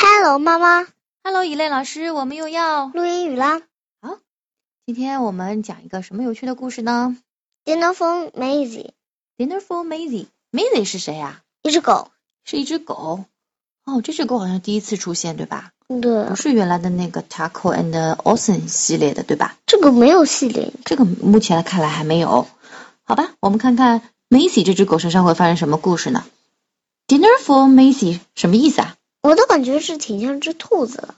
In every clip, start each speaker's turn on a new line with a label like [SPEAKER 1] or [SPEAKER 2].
[SPEAKER 1] 好，妈妈，
[SPEAKER 2] Hello，一类老师，我们又要
[SPEAKER 1] 录英语啦！
[SPEAKER 2] 今天我们讲一个什么有趣的故事呢
[SPEAKER 1] Dinner for Maisie，
[SPEAKER 2] ？Dinner for Maisie，Maisie 是谁呀、
[SPEAKER 1] 一只狗。
[SPEAKER 2] 是一只狗。哦，这只狗好像第一次出现，对吧？
[SPEAKER 1] 对
[SPEAKER 2] 不，是原来的那个 Taco and Olsen 系列的，对吧？
[SPEAKER 1] 这个没有系列，
[SPEAKER 2] 这个目前看来还没有。好吧，我们看看 Maisie 这只狗身上会发生什么故事呢？Dinner for Maisie 什么意思啊？
[SPEAKER 1] 我都感觉是挺像只兔子的。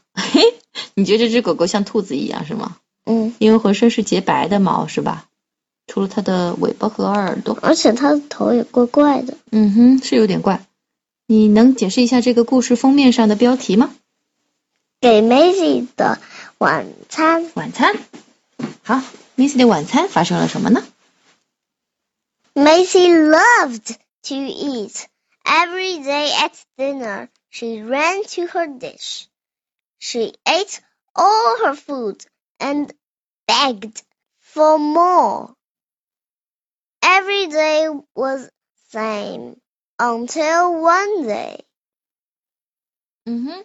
[SPEAKER 2] 你觉得这只狗狗像兔子一样是吗？
[SPEAKER 1] 嗯，
[SPEAKER 2] 因为浑身是洁白的毛，是吧？除了它的尾巴和耳朵。
[SPEAKER 1] 而且它的头也怪怪的。
[SPEAKER 2] 嗯哼，是有点怪。你能解释一下这个故事封面上的标题吗？
[SPEAKER 1] 给 Maisie 的晚餐
[SPEAKER 2] 晚餐。好，Missy 的晚餐发生了什么呢？
[SPEAKER 1] ，Maisie loved to eat every day at dinner. She ran to her dish. She ate all her food and begged for more. Every day was same until one day.
[SPEAKER 2] 嗯哼，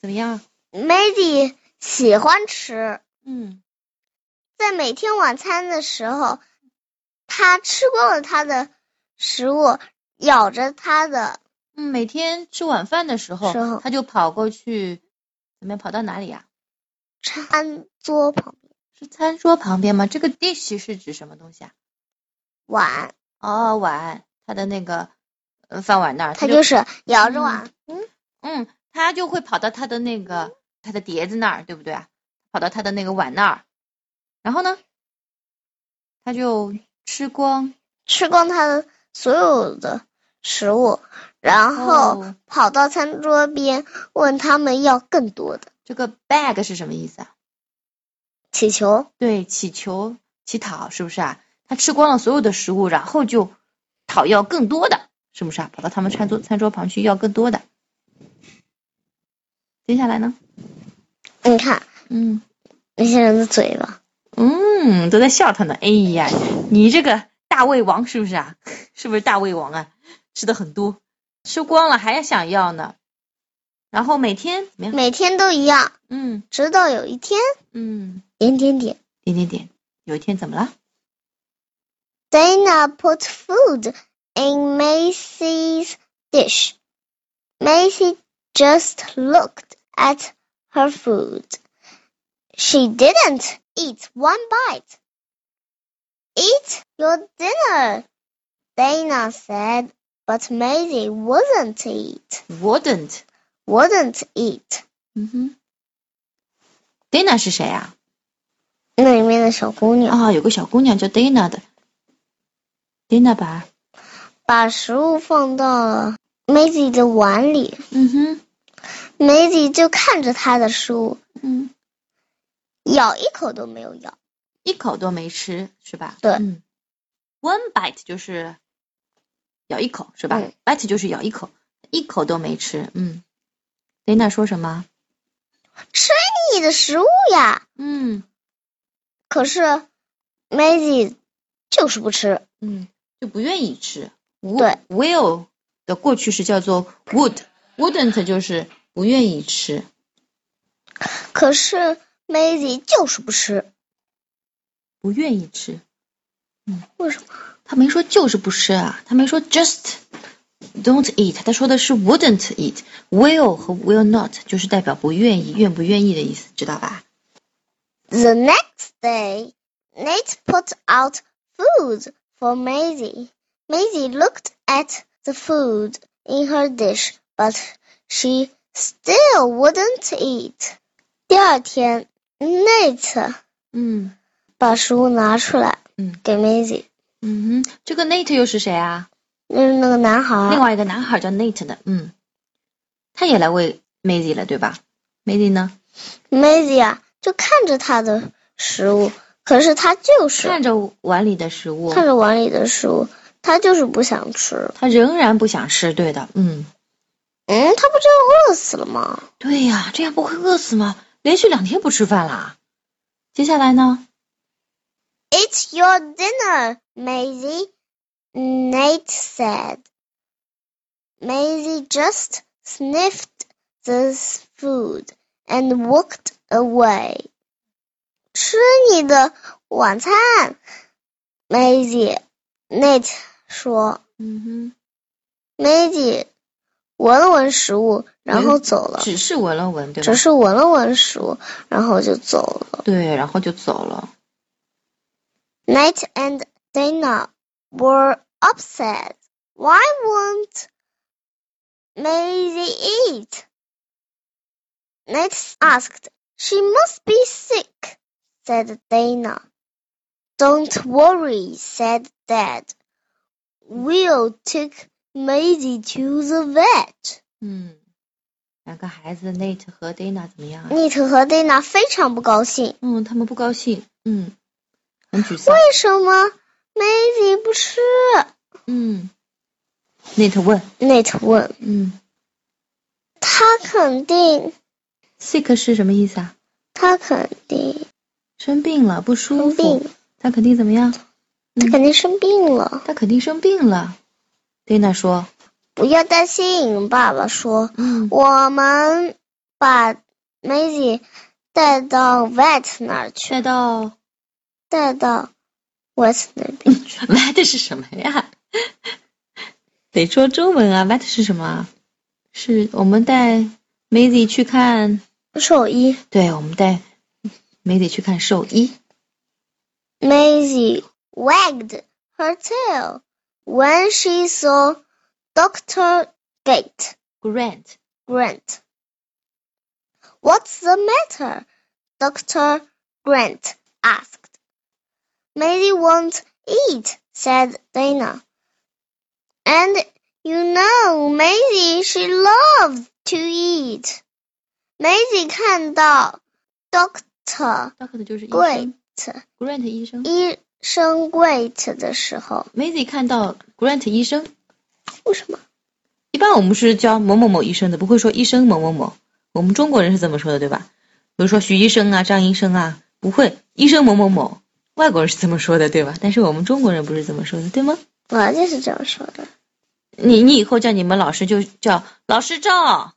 [SPEAKER 2] 怎么样？
[SPEAKER 1] Maisy 喜欢吃，
[SPEAKER 2] 嗯
[SPEAKER 1] 在每天晚餐的时候，她吃光了她的食物，咬着她的，
[SPEAKER 2] 嗯，每天吃晚饭的时候，
[SPEAKER 1] 时候
[SPEAKER 2] 他就跑过去，怎么样？跑到哪里呀、
[SPEAKER 1] 餐桌旁边
[SPEAKER 2] 是餐桌旁边吗？这个 dish 是指什么东西啊？
[SPEAKER 1] 碗，
[SPEAKER 2] 哦，碗，他的那个呃饭碗那儿，
[SPEAKER 1] 她
[SPEAKER 2] 就
[SPEAKER 1] 就是咬着碗，
[SPEAKER 2] 嗯，他就会跑到他的那个他的碟子那儿，对不对啊？跑到他的那个碗那儿，然后呢，他就吃光，
[SPEAKER 1] 吃光她的所有的食物，然后
[SPEAKER 2] 哦
[SPEAKER 1] 跑到餐桌边问他们要更多的，
[SPEAKER 2] 这个 bag 是什么意思啊？
[SPEAKER 1] 祈求
[SPEAKER 2] 对，乞求、乞讨，是不是啊？他吃光了所有的食物，然后就讨要更多的，是不是啊？跑到他们餐桌餐桌旁去要更多的。接下来呢？
[SPEAKER 1] 你看
[SPEAKER 2] 嗯
[SPEAKER 1] 那些人的嘴巴，
[SPEAKER 2] 嗯，都在笑他呢。哎呀，你这个大胃王是不是啊？ 是不是大胃王啊？吃的很多，吃光了还想要呢。然后每天怎么样？
[SPEAKER 1] 每天都一样，
[SPEAKER 2] 嗯
[SPEAKER 1] 直到有一天，
[SPEAKER 2] 嗯，
[SPEAKER 1] 点点点。
[SPEAKER 2] 点点点。有一天怎么了？
[SPEAKER 1] Dana put food in Maisie's dish. Maisie just looked at her food. She didn't eat one bite. Eat your dinner, Dana said, but Maisie wouldn't eat.
[SPEAKER 2] Wouldn't。
[SPEAKER 1] Wouldn't eat.
[SPEAKER 2] 嗯哼。Dana 是谁啊？
[SPEAKER 1] 那里面的小姑娘
[SPEAKER 2] 啊、有个小姑娘叫 Dana 的，Dana 吧？
[SPEAKER 1] 把食物放到了 Maisie 的碗里
[SPEAKER 2] 嗯哼，
[SPEAKER 1] ，Maisie 就看着她的食物。
[SPEAKER 2] 嗯，
[SPEAKER 1] 咬一口都没有咬，
[SPEAKER 2] 一口都没吃是吧？
[SPEAKER 1] 对
[SPEAKER 2] 嗯，one bite 就是咬一口是吧、
[SPEAKER 1] 嗯
[SPEAKER 2] b i t e 就是咬一口，一口都没吃。嗯，Dana 说什么？
[SPEAKER 1] 你的食物呀。
[SPEAKER 2] 嗯
[SPEAKER 1] 可是 Maisie 就是不吃，
[SPEAKER 2] 嗯，就不愿意吃。
[SPEAKER 1] 对
[SPEAKER 2] Will 的过去式叫做 would，wouldn't 就是不愿意吃。
[SPEAKER 1] 可是 Maisie 就是不吃，
[SPEAKER 2] 不愿意吃，
[SPEAKER 1] 为什么？
[SPEAKER 2] 他没说就是不吃啊，他没说 just don't eat，他说的是 wouldn't eat。will 和 will not 就是代表不愿意、愿不愿意的意思，知道吧？
[SPEAKER 1] The next day, Nate put out food for Maisie. Maisie looked at the food in her dish, but she still wouldn't eat. 第二天，Nate
[SPEAKER 2] 嗯
[SPEAKER 1] 把食物拿出来，
[SPEAKER 2] 嗯
[SPEAKER 1] 给 Maisie，
[SPEAKER 2] 嗯哼，这个 Nate 又是谁啊？
[SPEAKER 1] 那是那个男孩儿。
[SPEAKER 2] 另外一个男孩叫 Nate 的，嗯，他也来喂 Maisie 了，对吧？Maisie 呢，
[SPEAKER 1] Maisie 啊，就看着他的食物，可是他就是
[SPEAKER 2] 看着碗里的食物，
[SPEAKER 1] 看着碗里的食物，他就是不想吃。
[SPEAKER 2] 他仍然不想吃，对的，嗯，
[SPEAKER 1] 嗯，他不就饿死了吗？
[SPEAKER 2] 对呀，这样不会饿死吗？连续两天不吃饭啦。接下来呢？
[SPEAKER 1] It's your dinner, Maisie, Nate said. Maisie just sniffed this food and walked away. 吃你的晚餐，Maisie. Nate 说
[SPEAKER 2] 嗯
[SPEAKER 1] ，Maisie 闻了闻食物，然后走
[SPEAKER 2] 哼，
[SPEAKER 1] 了，
[SPEAKER 2] 只是闻了闻，对吧
[SPEAKER 1] 只？是闻了闻食物，然后就走了。
[SPEAKER 2] 对，然后就走了。
[SPEAKER 1] Nate and Dana were upset. Why won't Maisie eat? Nate asked. She must be sick, said Dana. Don't worry, said Dad. We'll take Maisie to the vet.
[SPEAKER 2] 嗯，两个孩子 Nate 和 Dana 怎么样啊？
[SPEAKER 1] Nate 和 Dana 非常不高兴。
[SPEAKER 2] 嗯，他们不高兴，嗯，很沮丧。
[SPEAKER 1] 为什么 Maisie 不吃
[SPEAKER 2] 嗯，Nate 问，
[SPEAKER 1] ？Nate 问。
[SPEAKER 2] 嗯
[SPEAKER 1] 他肯定，
[SPEAKER 2] ，sick 是什么意思啊？
[SPEAKER 1] 他肯定
[SPEAKER 2] 生病了，不舒
[SPEAKER 1] 生
[SPEAKER 2] 服，
[SPEAKER 1] 病，
[SPEAKER 2] 他肯定怎么样？
[SPEAKER 1] 他肯定生病了。
[SPEAKER 2] 他肯定生病了。Dana 说，
[SPEAKER 1] 不要担心，爸爸说，
[SPEAKER 2] 嗯
[SPEAKER 1] 我们把 Maisie 带到 vet 那儿去，
[SPEAKER 2] 带到
[SPEAKER 1] 带到 vet 那边。
[SPEAKER 2] vet 是什么呀？得说中文啊，vet 是什么啊？是我们带 Maisie 去看，
[SPEAKER 1] 兽医
[SPEAKER 2] 对，我们带 Maisie 去看兽医。
[SPEAKER 1] Maisie wagged her tail when she saw Doctor Gate.
[SPEAKER 2] Grant，
[SPEAKER 1] Grant. What's the matter? Dr. Grant asked. Maisie won't eat, said Dana. And you know, Maisie, she loves to eat. Maisie 看到 Doctor
[SPEAKER 2] 大可能就是医生
[SPEAKER 1] Great
[SPEAKER 2] Grant 医生。
[SPEAKER 1] 医生 Great 的时候，
[SPEAKER 2] Maisie 看到 Grant 医生，
[SPEAKER 1] 为什么？
[SPEAKER 2] 一般我们是叫某某某医生的，不会说医生某某某。我们中国人是这么说的，对吧？比如说徐医生啊、张医生啊，不会医生某某某。外国人是这么说的，对吧？但是我们中国人不是这么说的，对吗？
[SPEAKER 1] 我就是这么说的。
[SPEAKER 2] 你你以后叫你们老师就叫老师赵，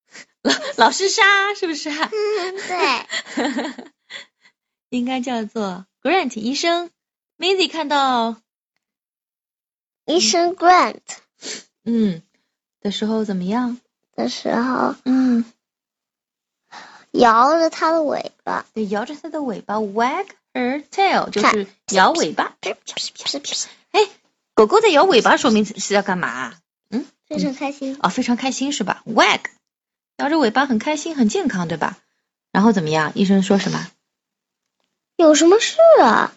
[SPEAKER 2] 老老师沙，是不 是、啊？
[SPEAKER 1] 嗯，对。
[SPEAKER 2] 应该叫做 Grant 医生。Maisie 看到
[SPEAKER 1] 医生 Grant
[SPEAKER 2] 嗯的时候怎么样？
[SPEAKER 1] 的时候，
[SPEAKER 2] 嗯，
[SPEAKER 1] 摇着它的尾巴。
[SPEAKER 2] 对，摇着它的尾巴，wag her tail，就是摇尾巴。狗狗在摇尾巴，说明是要干嘛？
[SPEAKER 1] 非常开心。
[SPEAKER 2] 啊、非常开心是吧？Wag，摇着尾巴很开心，很健康，对吧？然后怎么样？医生说什么？
[SPEAKER 1] 有什么事啊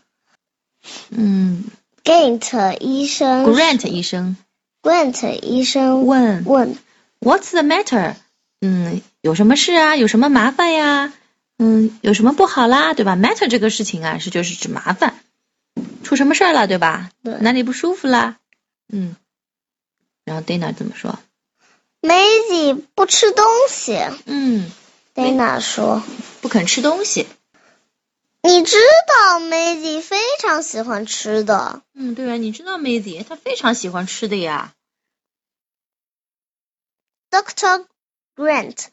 [SPEAKER 2] 嗯
[SPEAKER 1] ？Gant 医生
[SPEAKER 2] ，Grant 医生
[SPEAKER 1] Grant 医生
[SPEAKER 2] 问
[SPEAKER 1] 问
[SPEAKER 2] What's the matter？嗯，有什么事啊？有什么麻烦呀？嗯，有什么不好啦？对吧？Matter 这个事情啊，是就是指麻烦，出什么事儿了，对吧？
[SPEAKER 1] 对
[SPEAKER 2] 哪里不舒服啦？嗯，然后 Dana 怎么说？
[SPEAKER 1] Maisie 不吃东西。
[SPEAKER 2] 嗯，
[SPEAKER 1] Dana 说
[SPEAKER 2] 不肯吃东西。：“
[SPEAKER 1] 你知道 Maisie 非常喜欢吃的。
[SPEAKER 2] 嗯，对啊，你知道 Maisie 她非常喜欢吃的呀。
[SPEAKER 1] ”Doctor Grant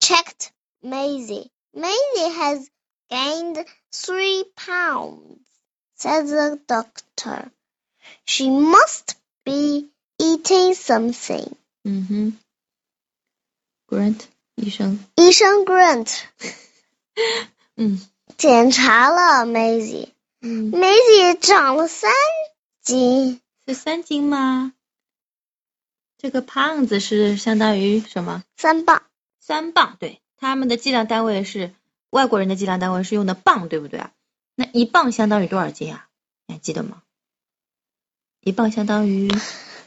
[SPEAKER 1] checked Maisie. Maisie has gained three pounds, said the doctor. She must be eating something.
[SPEAKER 2] 嗯哼，Grant 医生，
[SPEAKER 1] 医生 Grant
[SPEAKER 2] 嗯
[SPEAKER 1] 检查了 Maisie，Maisie
[SPEAKER 2] 嗯，
[SPEAKER 1] 长了三斤，
[SPEAKER 2] 是三斤吗？这个胖子是相当于什么？
[SPEAKER 1] 三磅。
[SPEAKER 2] 三磅，对，他们的计量单位是外国人的计量单位是用的磅，对不对啊？那一磅相当于多少斤啊？你还记得吗？一磅相当于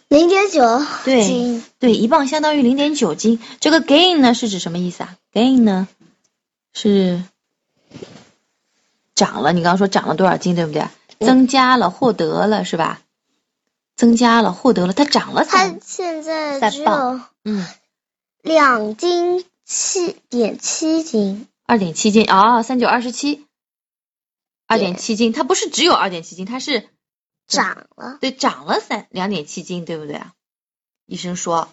[SPEAKER 1] 零点九
[SPEAKER 2] 对
[SPEAKER 1] 斤，
[SPEAKER 2] 对，一磅相当于零点九斤。这个 gain 呢是指什么意思啊？gain 呢是涨了，你刚刚说涨了多少斤，对不对？增加了，获得了是吧？增加了，获得了，它涨了才
[SPEAKER 1] 他现在
[SPEAKER 2] 三
[SPEAKER 1] 只有
[SPEAKER 2] 磅嗯，
[SPEAKER 1] 两斤七点七斤，
[SPEAKER 2] 二点七斤哦，三九二十七，二点七斤，它不是只有二点七斤，它是
[SPEAKER 1] 长了。
[SPEAKER 2] 对涨了三两点七斤，对不对啊？医生说，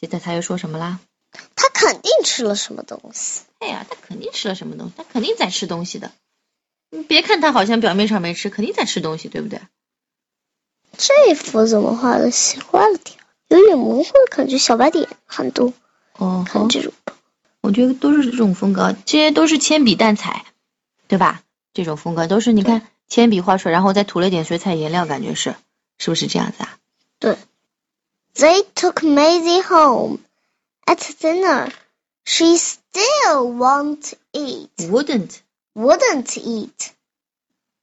[SPEAKER 2] 接着他又说什么啦？
[SPEAKER 1] 他肯定吃了什么东西。
[SPEAKER 2] 哎呀，他肯定吃了什么东西，他肯定在吃东西的。你别看他好像表面上没吃，肯定在吃东西，对不对？
[SPEAKER 1] 这幅怎么画的奇怪了点，有点模糊的感觉，小白点很多，
[SPEAKER 2] 哦吼
[SPEAKER 1] 看这种。
[SPEAKER 2] 我觉得都是这种风格，这些都是铅笔淡彩，对吧？这种风格都是你看铅笔画出来，然后再涂了点水彩颜料，感觉是是不是这样子啊？
[SPEAKER 1] They took Maisie home. At dinner, she still won't eat,
[SPEAKER 2] Wouldn't
[SPEAKER 1] wouldn't eat.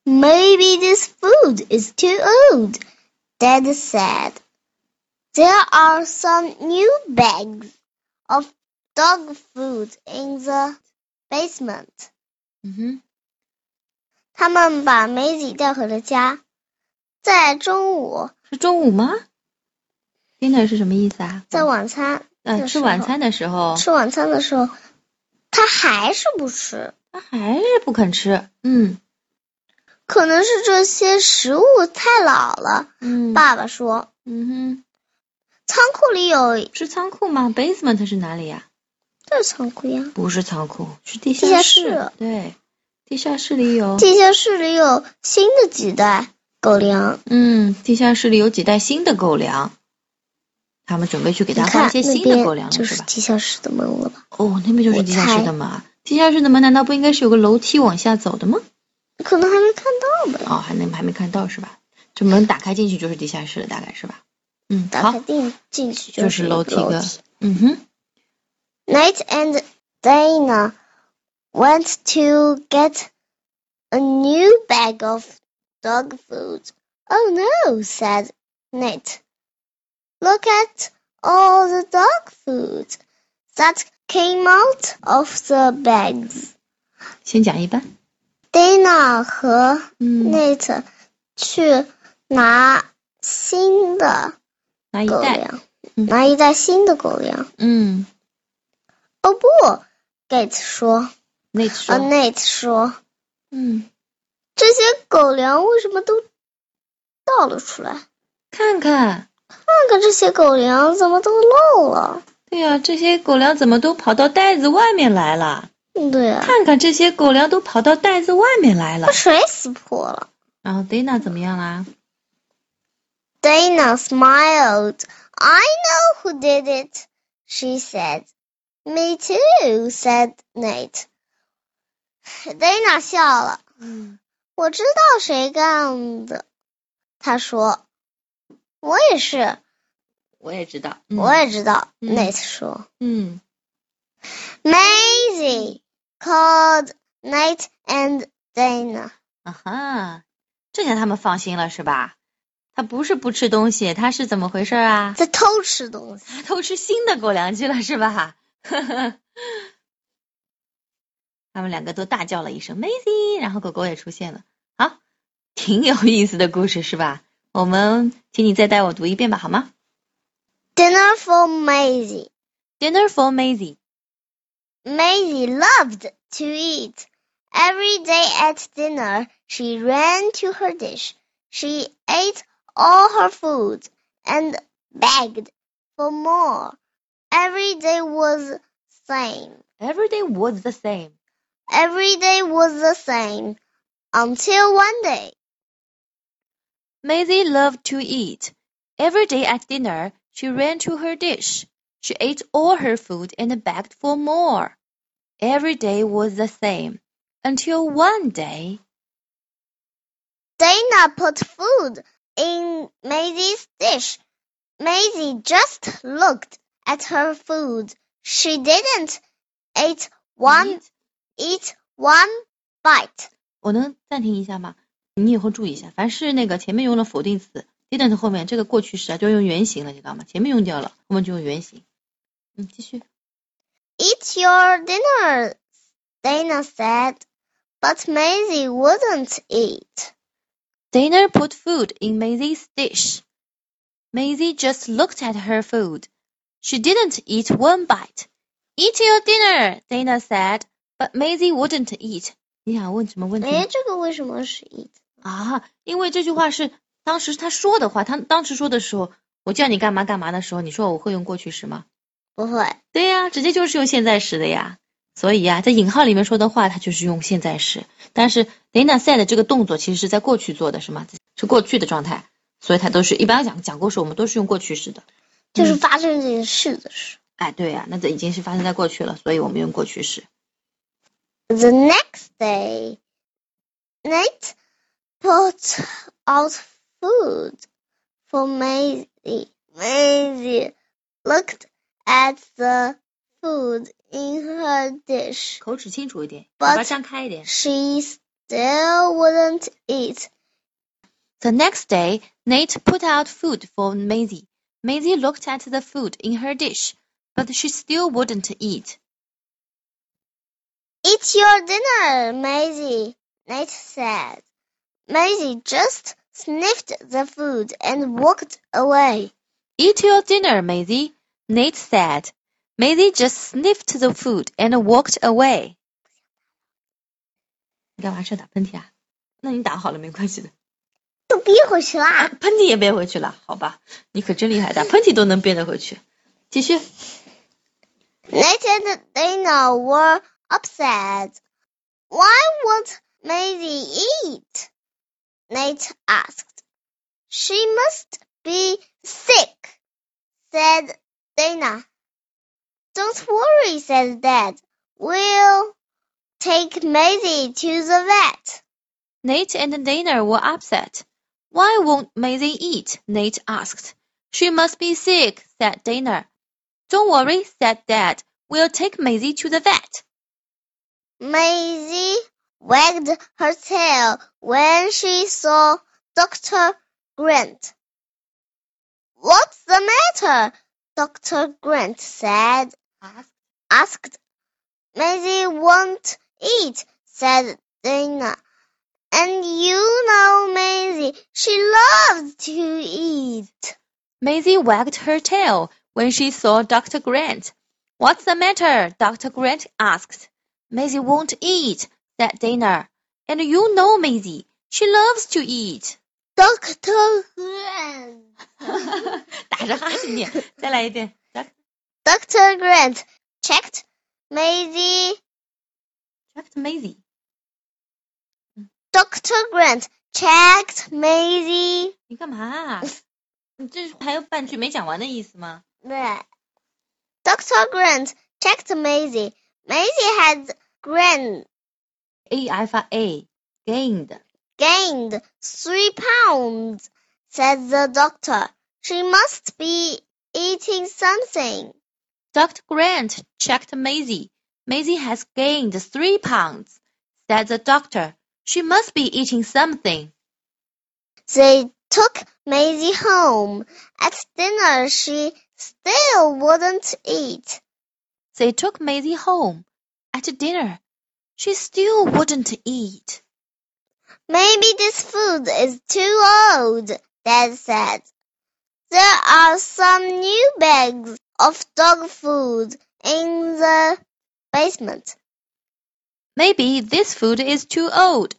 [SPEAKER 1] Maybe this food is too old, Dad said. There are some new bags of dog food in the basement.
[SPEAKER 2] 嗯哼，
[SPEAKER 1] 他们把梅子带回了家，在中午，
[SPEAKER 2] 是中午吗？dinner 是什么意思啊？
[SPEAKER 1] 在晚餐
[SPEAKER 2] 呃
[SPEAKER 1] 的时
[SPEAKER 2] 吃晚
[SPEAKER 1] 候
[SPEAKER 2] 餐的时候，
[SPEAKER 1] 吃晚餐的时候，他还是不吃，
[SPEAKER 2] 他还是不肯吃。嗯
[SPEAKER 1] 可能是这些食物太老了。
[SPEAKER 2] 嗯，
[SPEAKER 1] 爸爸说，
[SPEAKER 2] 嗯
[SPEAKER 1] 仓库里有
[SPEAKER 2] 哼，是仓库吗？Basement 是哪里呀、啊
[SPEAKER 1] 这仓库呀，
[SPEAKER 2] 不是仓库，是
[SPEAKER 1] 地
[SPEAKER 2] 地
[SPEAKER 1] 下
[SPEAKER 2] 室。
[SPEAKER 1] 室
[SPEAKER 2] 对，地下室里有，
[SPEAKER 1] 地下室里有新的几袋狗粮，
[SPEAKER 2] 嗯，地下室里有几袋新的狗粮，他们准备去给
[SPEAKER 1] 你
[SPEAKER 2] 它换
[SPEAKER 1] 看
[SPEAKER 2] 一些
[SPEAKER 1] 那
[SPEAKER 2] 新的狗
[SPEAKER 1] 边
[SPEAKER 2] 粮
[SPEAKER 1] 就
[SPEAKER 2] 了，
[SPEAKER 1] 是
[SPEAKER 2] 吧？
[SPEAKER 1] 地下室的门了吧？
[SPEAKER 2] 哦，那边就是
[SPEAKER 1] 我
[SPEAKER 2] 地下室
[SPEAKER 1] 猜
[SPEAKER 2] 的门啊。地下室的门难道不应该是有个楼梯往下走的吗？
[SPEAKER 1] 可能还没看到呗。
[SPEAKER 2] 哦，还那还没看到是吧？这门打开进去就是地下室了，大概是吧？嗯，
[SPEAKER 1] 打开，
[SPEAKER 2] 好
[SPEAKER 1] 进进去
[SPEAKER 2] 就是是
[SPEAKER 1] 一个
[SPEAKER 2] 楼梯
[SPEAKER 1] 楼
[SPEAKER 2] 的
[SPEAKER 1] 梯。
[SPEAKER 2] 嗯哼，
[SPEAKER 1] Nate and Dana went to get a new bag of dog food. Oh no, said Nate. Look at all the dog food that came out of the bags.
[SPEAKER 2] 先讲一半。
[SPEAKER 1] Dana 和
[SPEAKER 2] 嗯，
[SPEAKER 1] Nate 去拿新的
[SPEAKER 2] 拿一
[SPEAKER 1] 狗
[SPEAKER 2] 袋。
[SPEAKER 1] 粮，
[SPEAKER 2] 嗯
[SPEAKER 1] 拿一袋新的狗粮。
[SPEAKER 2] 嗯
[SPEAKER 1] 哦不，Gate 说，
[SPEAKER 2] 那
[SPEAKER 1] 呃
[SPEAKER 2] 说，
[SPEAKER 1] ，Nate 说。
[SPEAKER 2] 嗯，
[SPEAKER 1] 这些狗粮为什么都倒了出来？看
[SPEAKER 2] 看看，
[SPEAKER 1] 看这些狗粮怎么都漏了？
[SPEAKER 2] 对呀、这些狗粮怎么都跑到袋子外面来了？
[SPEAKER 1] 嗯对啊，
[SPEAKER 2] 看看这些狗粮都跑到袋子外面来了
[SPEAKER 1] 把。水撕破了。
[SPEAKER 2] 然后 Dana 怎么样啦？
[SPEAKER 1] Dana smiled. I know who did it, she said. Me too, said Nate. Dana 笑了。
[SPEAKER 2] 嗯
[SPEAKER 1] 我知道谁干的，他说。我也是，，
[SPEAKER 2] 我也知道，
[SPEAKER 1] 我也知道。
[SPEAKER 2] 嗯
[SPEAKER 1] Nate 说。
[SPEAKER 2] 嗯
[SPEAKER 1] Maisie called Nate and Dana.
[SPEAKER 2] 啊哈，这下他们放心了是吧？他不是不吃东西，他是怎么回事啊？
[SPEAKER 1] 在偷吃东西。
[SPEAKER 2] 他偷吃新的狗粮去了是吧？ 他们两个都大叫了一声 “Maisy”，然后狗狗也出现了。好，挺有意思的故事是吧？我们请你再带我读一遍吧，好吗
[SPEAKER 1] Dinner for Maisie.
[SPEAKER 2] ？Dinner for Maisy.
[SPEAKER 1] Maisie loved to eat. Every day at dinner, she ran to her dish. She ate all her food and begged for more. Every day was same.
[SPEAKER 2] Every day was the same.
[SPEAKER 1] Every day was the same until one day.
[SPEAKER 2] Maisie loved to eat. Every day at dinner, she ran to her dish. She ate all her food and begged for more. Every day was the same, until one day.
[SPEAKER 1] Dana put food in Maisie's dish. Maisie just looked at her food. She didn't eat one eat one bite.
[SPEAKER 2] 我能暂停一下吗？你以后注意一下，凡是那个前面用了否定词，didn't 后面这个过去式啊，就要用原形了，你知道吗？前面用掉了，后面就用原形。嗯，继续。
[SPEAKER 1] Eat your dinner, Dana said. But Maisie wouldn't eat.
[SPEAKER 2] Dana put food in Maisie's dish. Maisie just looked at her food. She didn't eat one bite. Eat your dinner, Dana said, but Maisie wouldn't eat. 你想问什么问题呢
[SPEAKER 1] 哎，这个为什么是 eat？
[SPEAKER 2] 啊？因为这句话是当时他说的话，他当时说的时候，我叫你干嘛干嘛的时候，你说我会用过去式吗？
[SPEAKER 1] 不会，
[SPEAKER 2] 对呀、直接就是用现在时的呀。所以呀、在引号里面说的话，它就是用现在时。但是 Lena said 这个动作其实是在过去做的，是吗？是过去的状态，所以它都是一般讲讲故事，我们都是用过去式的。
[SPEAKER 1] 就是
[SPEAKER 2] 嗯
[SPEAKER 1] 发生这件事的时
[SPEAKER 2] 哎，对呀、那这已经是发生在过去了，所以我们用过去式。
[SPEAKER 1] 候。The next day, Nate put out food for Maisie. Maisie looked at the food in her dish.
[SPEAKER 2] 口齿清楚一点，
[SPEAKER 1] But-
[SPEAKER 2] 嘴巴张开一点。
[SPEAKER 1] She still wouldn't eat.
[SPEAKER 2] The next day, Nate put out food for Maisie. Maisie looked at the food in her dish, but she still wouldn't eat.
[SPEAKER 1] Eat your dinner, Maisie, Nate said. Maisie just sniffed the food and walked away.
[SPEAKER 2] Eat your dinner, Maisie, Nate said. Maisie just sniffed the food and walked away. 你干嘛是要打喷嚏啊？那你打好了没关系的，
[SPEAKER 1] 都憋回去啦！
[SPEAKER 2] 喷嚏也憋回去了，好吧？你可真厉害，打 喷嚏都能憋得回去。继续
[SPEAKER 1] Nate and Dana were upset. Why won't Maisie eat? Nate asked. She must be sick, said Dana. Don't worry, said Dad. We'll take Maisie to the vet.
[SPEAKER 2] ，Nate and Dana were upset. Why won't Maisie eat? Nate asked. She must be sick, said Dana. Don't worry, said Dad. We'll take Maisie to the vet.
[SPEAKER 1] Maisie wagged her tail when she saw Dr. Grant. What's the matter? Dr. Grant said, asked. Maisie won't eat, said Dana. And you know Maisie, she loves to eat.
[SPEAKER 2] Maisie wagged her tail when she saw Dr. Grant. What's the matter? Dr. Grant asked. Maisie won't eat, said Dana. And you know Maisie, she loves to eat.
[SPEAKER 1] Dr. Grant.
[SPEAKER 2] 打着哈欠念，再来一遍。Doc-
[SPEAKER 1] Dr. Grant checked Maisie
[SPEAKER 2] Dr. Maisie.
[SPEAKER 1] Dr. Grant checked Maisie.
[SPEAKER 2] 你干嘛啊、你这还有半句没讲完的意思吗？
[SPEAKER 1] bleh. Dr. uh, Grant checked Maisie. Maisie had gran-
[SPEAKER 2] A alpha A gained
[SPEAKER 1] gained three pounds, said the doctor. She must be eating something.
[SPEAKER 2] Dr. Grant checked Maisie. Maisie has gained three pounds, said the doctor. She must be eating something.
[SPEAKER 1] They took Maisie home. At dinner, she still wouldn't eat.
[SPEAKER 2] They took Maisie home. At dinner, she still wouldn't eat.
[SPEAKER 1] Maybe this food is too old, Dad said. There are some new bags of dog food in the basement.
[SPEAKER 2] Maybe this food is too old,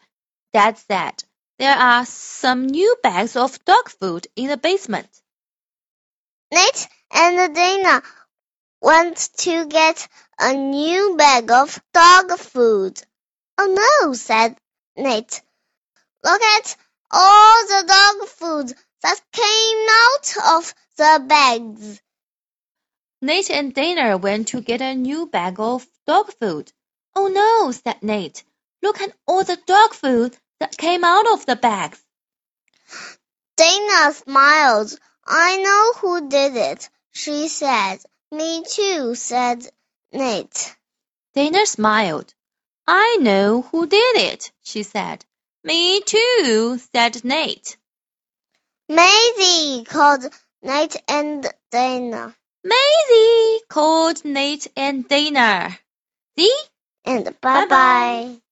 [SPEAKER 2] Dad said. There are some new bags of dog food in the basement.
[SPEAKER 1] Nate and Dana went to get a new bag of dog food. Oh no, said Nate. Look at all the dog food that came out of the bags.
[SPEAKER 2] Nate and Dana went to get a new bag of dog food. Oh no, said Nate. Look at all the dog food that came out of the bags.
[SPEAKER 1] Dana smiled. I know who did it, she said. Me too, said Nate.
[SPEAKER 2] Dana smiled. I know who did it, she said. Me too, said Nate.
[SPEAKER 1] Maisie called Nate and Dana.
[SPEAKER 2] Maisie called Nate and Dana. See?
[SPEAKER 1] And bye
[SPEAKER 2] Bye-bye.
[SPEAKER 1] bye.